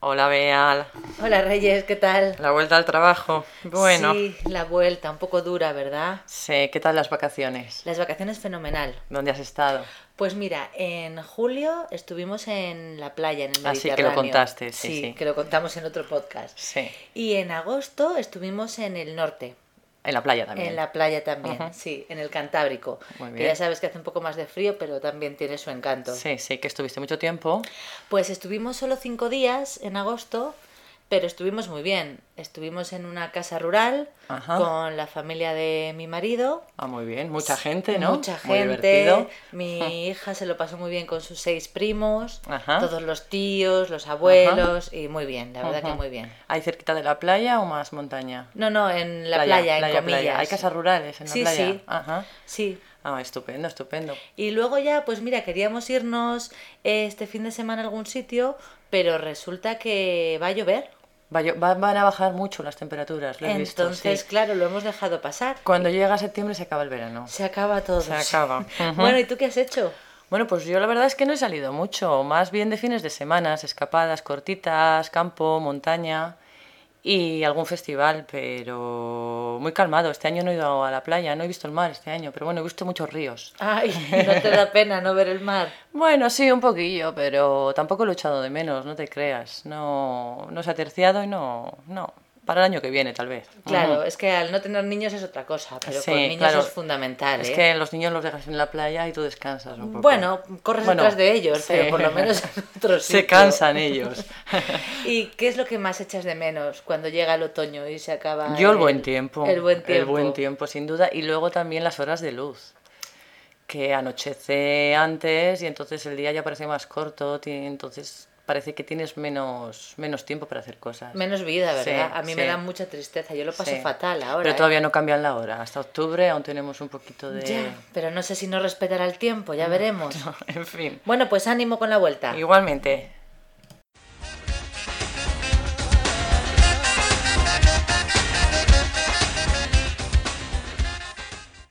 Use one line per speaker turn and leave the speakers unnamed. Hola, Beal.
Hola Reyes, ¿qué tal?
La vuelta al trabajo. Bueno.
Sí, la vuelta, un poco dura, ¿verdad?
Sí, ¿qué tal las vacaciones?
Las vacaciones fenomenal.
¿Dónde has estado?
Pues mira, en julio estuvimos en la playa, en el
Ah,
Mediterráneo.
sí, que lo contaste, sí, sí.
que lo contamos en otro podcast.
Sí.
Y en agosto estuvimos en el norte,
En la playa también.
en la playa también,
Ajá.
sí, en el Cantábrico.
Muy
Que
bien.
ya sabes que hace un poco más de frío, pero también tiene su encanto.
Sí, sí, que estuviste mucho tiempo.
Pues estuvimos solo cinco días en agosto, pero estuvimos muy bien. Estuvimos en una casa rural
Ajá.
con la familia de mi marido.
Ah, muy bien. Mucha gente, ¿no?
Mucha
Muy
gente.
divertido.
Mi hija se lo pasó muy bien con sus seis primos,
Ajá.
todos los tíos, los abuelos, y muy bien, la verdad
Ajá.
que muy bien.
¿Ahí cerquita de la playa o más montaña?
No, no, en la playa, en
playa,
comillas.
playa. Hay casas rurales en la
Sí,
playa.
sí.
Ajá.
Sí.
Ah, estupendo, estupendo.
Y luego ya, pues mira, queríamos irnos eh, este fin de semana a algún sitio, pero resulta que va a llover.
Va yo- va- van a bajar mucho las temperaturas, lo he visto,
Entonces,
sí.
claro, lo hemos dejado pasar.
Cuando llega septiembre se acaba el verano.
Se acaba todo.
Se acaba. Ujú.
Bueno, ¿y tú qué has hecho?
Bueno, pues yo la verdad es que no he salido mucho, más bien de fines de semanas, escapadas cortitas, campo, montaña y algún festival, pero muy calmado. Este año no he ido a la playa, no he visto el mar este año, pero bueno, he visto muchos ríos.
Ay, no te da pena no ver el mar.
Bueno, sí, un poquillo, pero tampoco lo he echado de menos, no te creas. No, no se ha terciado y no, no. Para el año que viene, tal vez.
Claro, es que al no tener niños es otra cosa, pero
Ah. Sí,
con niños
claro.
es fundamental.
Es
¿eh?
que los niños los dejas en la playa y tú descansas un poco.
Bueno, corres
Bueno,
detrás de ellos,
sí.
pero por lo menos en otros
Se cansan ellos.
¿Y qué es lo que más echas de menos cuando llega el otoño y se acaba?
Yo el buen tiempo.
El buen tiempo.
El buen tiempo, sin duda. Y luego también las horas de luz. Que anochece antes y entonces el día ya parece más corto. ti- Entonces parece que tienes menos, menos tiempo para hacer cosas.
Menos vida, ¿verdad?
Sí,
A mí
sí.
me da mucha tristeza, yo lo paso
Sí.
fatal ahora.
Pero
¿eh?
todavía no cambian la hora. Hasta octubre aún tenemos un poquito de.
Ya, pero no sé si no respetará el tiempo, ya veremos.
en fin.
Bueno, pues ánimo con la vuelta.
Igualmente.